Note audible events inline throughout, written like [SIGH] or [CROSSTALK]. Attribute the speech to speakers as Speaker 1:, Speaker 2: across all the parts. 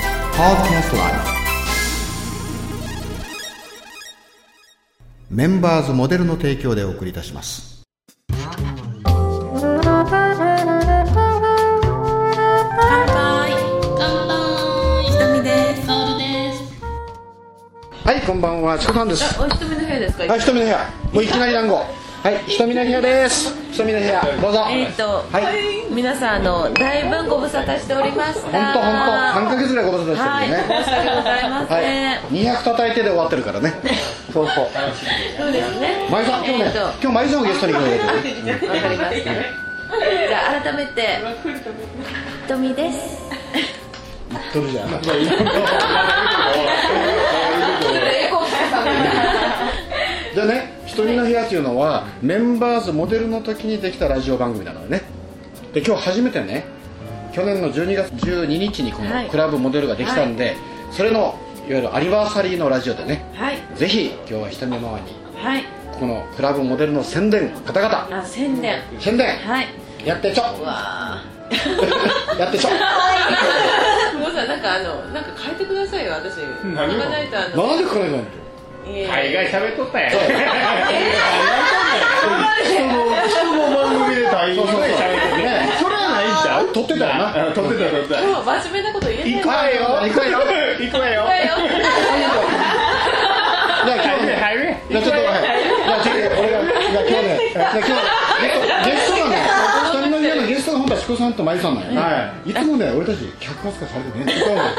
Speaker 1: Podcast Live メンバーズモデルの提供でお送りいたします
Speaker 2: 乾杯
Speaker 3: 乾
Speaker 2: ひ
Speaker 3: 杯
Speaker 2: とみです
Speaker 3: カオルです
Speaker 1: はいこんばんはチコさんです
Speaker 2: おひとみの部屋ですか
Speaker 1: はい瞳の部屋もういきなり団子はい瞳の部屋です瞳の部屋どうぞ
Speaker 2: えっ、と、
Speaker 1: はい
Speaker 2: 皆さんあのだいぶご無沙汰しておりました
Speaker 1: 本当本当半ヶ月ぐらいご無沙汰
Speaker 2: はい
Speaker 1: してるんで
Speaker 2: 申し
Speaker 1: ね
Speaker 2: 訳ございません、
Speaker 1: 200叩いてで終わってるからね [LAUGHS] そうそう
Speaker 2: そうですね
Speaker 1: マリさん今日
Speaker 2: え
Speaker 1: ね
Speaker 2: っ、と
Speaker 1: 今日マリさんをゲストに来てくれて [LAUGHS] る
Speaker 2: わかりましたじゃあ改めてひとみです
Speaker 1: どれじゃんじゃあね「瞳の部屋」っていうのはメンバーズモデルの時にできたラジオ番組なのよねで今日初めてね去年の12月12日にこ
Speaker 2: は
Speaker 1: の
Speaker 2: い
Speaker 1: クラブモデルができたんで、それのいわゆるアニバーサリーのラジオでね
Speaker 2: はい
Speaker 1: ぜひ今日は瞳の周りに
Speaker 2: はい
Speaker 1: このクラブモデルの宣伝方々
Speaker 2: あ宣伝
Speaker 1: 宣伝
Speaker 2: はい
Speaker 1: やってちょ
Speaker 2: うわ
Speaker 1: [LAUGHS] やっ
Speaker 2: [LAUGHS]
Speaker 1: てちょ
Speaker 2: ーもうさなんかあのなんか変えてくださいよ私言わ
Speaker 4: 何を
Speaker 2: ないとあの
Speaker 1: なんでこれなんて
Speaker 2: いえいえ
Speaker 4: 大概喋っとったやん
Speaker 1: そう
Speaker 4: 人の番組で大
Speaker 1: そうそうそう
Speaker 4: 喋っとったやん
Speaker 1: ね
Speaker 4: それはないんちゃう
Speaker 1: 撮ってたよな
Speaker 4: あ撮ってた撮ってた
Speaker 2: 今日は真面目なこと言えない
Speaker 4: 行くわよ
Speaker 1: 行くわよ
Speaker 4: 行くわよ
Speaker 2: だよ
Speaker 1: じゃあ今
Speaker 4: 入
Speaker 1: 日
Speaker 4: れ
Speaker 1: ね
Speaker 4: 入れ
Speaker 1: じゃあちょっとはいじゃあちょっと俺がじゃあ今日ねじゃあ今日ゲストがね二人の部屋のゲストが本当は志子さんと真由さんなんやはいいつもね俺たち客扱いされてねそうなの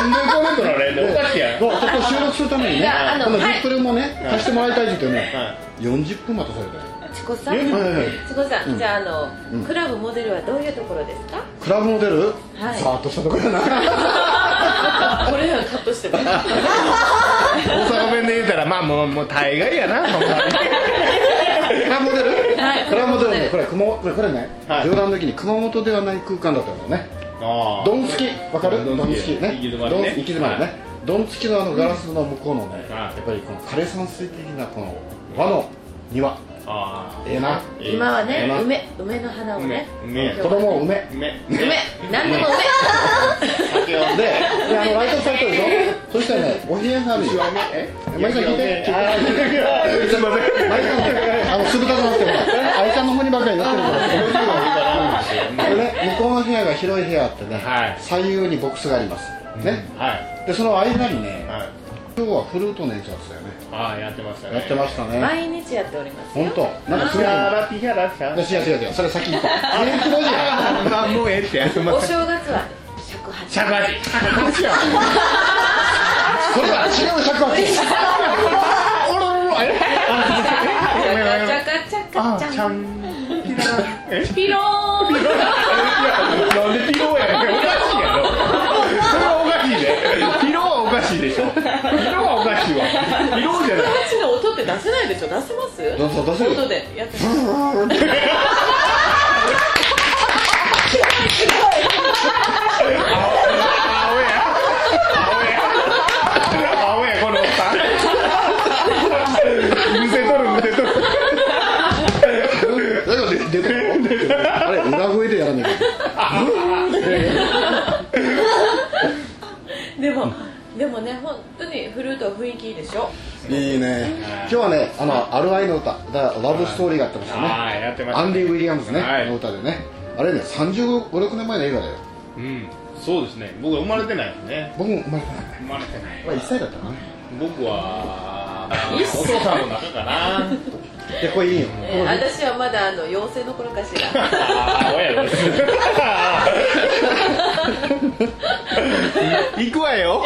Speaker 4: そんなコメントの連絡おかしいやん
Speaker 1: そうちょっと収録するためにね
Speaker 2: やあの
Speaker 1: このジ
Speaker 2: はい
Speaker 1: ップルもね貸してもらいたいって言ってね
Speaker 4: は
Speaker 1: 40分待たされたよ
Speaker 2: チコさん
Speaker 4: 40
Speaker 1: はいはいはい
Speaker 2: チコさん、じゃああの、クラブモデルはどういうところですか
Speaker 1: クラブモデル
Speaker 2: はい
Speaker 1: さーっとしたところやな大
Speaker 2: これはカットしてます
Speaker 4: 大阪弁で言うたらまあもうもう大概やなほんまに
Speaker 1: クラブモデル
Speaker 2: はい
Speaker 1: クラブモデルねこれ熊本これね
Speaker 4: はい
Speaker 1: 冗談の時に熊本ではない空間だったんだよね
Speaker 4: あ
Speaker 1: ドン付きわかる
Speaker 4: ド
Speaker 1: ド
Speaker 4: ン
Speaker 1: ン
Speaker 4: 付
Speaker 1: 付
Speaker 4: き
Speaker 1: きね
Speaker 4: 行き詰ま
Speaker 1: ド
Speaker 4: りね
Speaker 1: ン行き詰まり
Speaker 4: は
Speaker 1: ねドン付きのあのガラスの向こうのね、
Speaker 4: は
Speaker 1: や
Speaker 4: い
Speaker 1: っぱりこの枯山水的なこの和の庭
Speaker 4: あ
Speaker 1: ええな
Speaker 2: 今はね
Speaker 1: 今
Speaker 2: 梅梅の花をね
Speaker 4: 梅梅
Speaker 1: 子供を梅で
Speaker 4: 梅
Speaker 2: 梅何でも
Speaker 4: 酒を飲んで
Speaker 1: であのライトされてるでしょそしたらねお部屋があるよマリさん聞いて
Speaker 4: あー聞いてすいません
Speaker 1: マリさんあの酢豚じゃなくても愛さんの方にばっかりなってるからでね向こうの部屋が広い部屋あってね、
Speaker 4: はい
Speaker 1: 左右にボックスがあります
Speaker 4: [LAUGHS]
Speaker 1: ね、
Speaker 4: はい
Speaker 1: でその間にね
Speaker 4: はい
Speaker 1: 今日はフルートの演奏だったよね
Speaker 4: ああやってましたね
Speaker 1: やってました
Speaker 2: 梅
Speaker 1: ね
Speaker 2: 毎日やっておりますよ
Speaker 1: 本当なんかす
Speaker 4: ピ
Speaker 1: ごい
Speaker 4: ャラピャラピャ
Speaker 1: いや違う
Speaker 4: ラ
Speaker 1: 違う違うそれ先行こうあれ黒じゃん
Speaker 4: あもうええってやつま
Speaker 2: お正月は尺八
Speaker 4: 尺八尺八や
Speaker 1: これは違う尺八
Speaker 2: チャカチャカチャカチャンピロー [LAUGHS] ン
Speaker 4: なんでピローやねんおかしいやろそれはおかしいねピローはおかしいでしょピローはおかしいわピローじゃない
Speaker 2: ちの音って出せないでしょ出せます
Speaker 1: 出せ出せる
Speaker 2: 音でやって
Speaker 4: 青や青や青やこのおっさんむせとるむせとる
Speaker 1: だから出てるのあれ裏声でやらね
Speaker 2: [LAUGHS] でもでもね本当にフルートは雰囲気いいでしょ
Speaker 1: えけどいいね今日はねあのアルアイの歌だラブストーリーがあってましたね
Speaker 4: はいやってました
Speaker 1: アンディ・ウィリアムズね
Speaker 4: はい
Speaker 1: の歌でねあれね356年前の映画だよ
Speaker 4: うんそうですね僕は生まれてないですね
Speaker 1: 僕も生まれてない
Speaker 4: 生まれてない
Speaker 1: まあ1歳だったかな
Speaker 4: 僕はお父さんの中かな
Speaker 1: でこれいいよ
Speaker 2: 私はまだあの妖精の頃かしら
Speaker 4: [LAUGHS] ああ親です行くわよ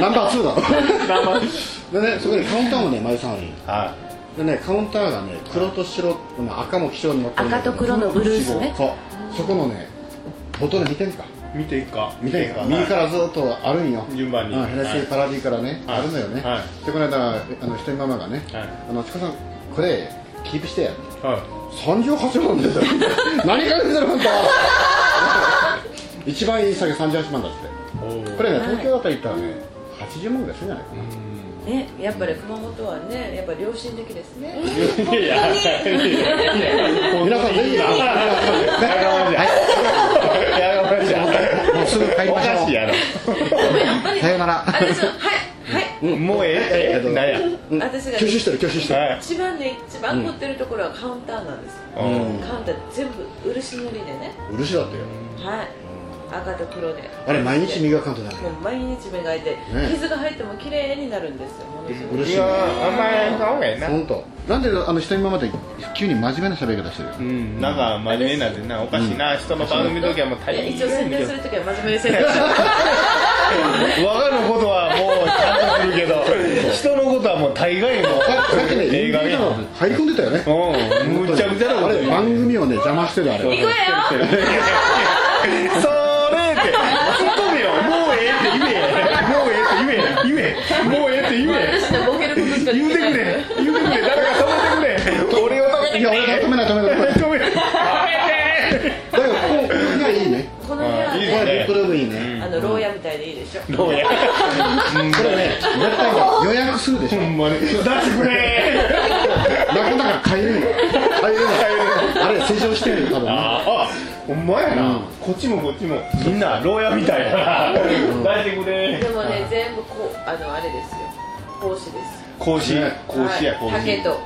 Speaker 1: ナンバー2だ
Speaker 4: 生は
Speaker 1: ろでねそこにカウンターもね真由さんあるよでねカウンターがね黒と白まあ赤も基調に乗ってるんだけど
Speaker 2: 赤と黒のブルースね
Speaker 1: そうそこのねボトル見てんか
Speaker 4: い見ていくか
Speaker 1: 見てんか右からずっとあるんよ
Speaker 4: 順番に
Speaker 1: うんヘラシーパラディからね
Speaker 4: はい
Speaker 1: あるのよね
Speaker 4: は
Speaker 1: でこの間あの一人ママがね
Speaker 4: はい
Speaker 1: あのちかさんこれキープしてや
Speaker 4: は
Speaker 1: 38万
Speaker 4: [LAUGHS]
Speaker 1: ですよ何から見てるんだ一番いい下げ38万だって
Speaker 4: いお
Speaker 1: これね東京だったら言ったらね80万ぐらいするんじゃないかな
Speaker 2: ねやっぱり熊本はねやっぱ良心的ですね
Speaker 4: いやいや
Speaker 1: 皆さんぜひ皆さんね
Speaker 4: やがましい [LAUGHS]
Speaker 1: すぐ帰り
Speaker 4: お
Speaker 1: ましょ
Speaker 4: か
Speaker 1: う
Speaker 4: しいやろ
Speaker 1: さようなら
Speaker 2: 私のはいはい
Speaker 4: もうええってなんや
Speaker 1: うん
Speaker 2: 私が
Speaker 1: 挙手してる挙手してる
Speaker 4: はい
Speaker 2: 一番ね一番凝ってるところはカウンターなんですよ、
Speaker 1: うん
Speaker 2: カウンター全部漆塗りでね
Speaker 1: 漆だったよ
Speaker 2: はい赤と黒で
Speaker 1: あれ毎日
Speaker 2: 磨
Speaker 1: 磨かんとダメ
Speaker 2: もう毎日磨いて、傷が入っても綺麗になるんですよものすごく
Speaker 1: 漆
Speaker 4: いやあんまりその方がいいな
Speaker 1: 本当。なんであの人今まで急に真面目な喋り方してる
Speaker 4: うんなんか真面目なんでなおかしいな人の番組の時はもう大
Speaker 2: いや
Speaker 4: 変
Speaker 2: 一応宣伝するときは真面目に宣伝します
Speaker 1: [LAUGHS]
Speaker 4: 我がのことはもうちゃんとするけ [LAUGHS] ど人のことはもう大概もう
Speaker 1: さっきねイ
Speaker 4: 映
Speaker 1: ンディ
Speaker 4: 画
Speaker 1: ー
Speaker 4: 見
Speaker 1: なの入り込んでたよね
Speaker 4: うんむちゃくちゃなこ
Speaker 1: あ
Speaker 4: と
Speaker 1: れ
Speaker 4: 言う
Speaker 1: 番組をね邪魔してるあれ
Speaker 2: 行くわよ
Speaker 4: それってツッコミよもうええって言えもうええって言え言えもうええって言え
Speaker 2: 私のボケることしかでき
Speaker 4: 言うて
Speaker 2: ない
Speaker 4: くれ言うてくれ誰か止めてくれ俺を止め
Speaker 1: いや俺止めない止めない止めない
Speaker 4: て止めて
Speaker 1: だからこうこの部屋いいね
Speaker 2: この部屋
Speaker 4: あいい
Speaker 1: これ
Speaker 2: ね
Speaker 4: ね
Speaker 1: ベッドルームいいね
Speaker 2: あの牢屋みたいでいいでしょ
Speaker 4: どうや
Speaker 1: これね絶対ね予約するでしょ
Speaker 4: ほんまに出してくれ
Speaker 1: なかなか帰れんの帰れないあれ施錠してるよ多分ね
Speaker 4: あほんまやな、
Speaker 1: うん
Speaker 4: こっちもこっちもみんな牢屋みたいやな出してく
Speaker 2: で
Speaker 4: れ
Speaker 2: もね全部こうあのあれですよ格子です
Speaker 4: 格子
Speaker 1: ね
Speaker 4: 格子や
Speaker 2: は
Speaker 4: 格
Speaker 2: い竹
Speaker 4: 子
Speaker 2: と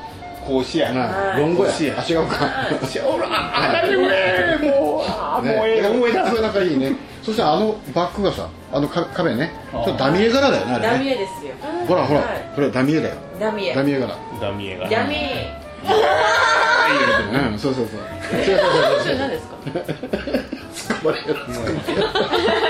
Speaker 4: 格子や
Speaker 1: なあ論語やあ
Speaker 4: 欲しい
Speaker 1: 違うか
Speaker 4: 格子やほらあ出してくれもうあもう
Speaker 1: ね
Speaker 4: ええ思い出
Speaker 1: それ
Speaker 4: す
Speaker 1: なんかいいねそしてあのバッグがさあのか壁ねちょっとダミエ柄だよねあ
Speaker 2: ダ
Speaker 1: れ
Speaker 2: ミ
Speaker 1: ね
Speaker 2: エですよ
Speaker 1: ほらほら
Speaker 2: はい
Speaker 1: これダミエだよ
Speaker 2: ダミエ
Speaker 1: ダミエ柄
Speaker 4: ダミエが
Speaker 2: ダミエ [LAUGHS]
Speaker 1: うんそうそうそう違う違う違う
Speaker 2: それ何ですか
Speaker 1: 突っ込まれる突っ込まれる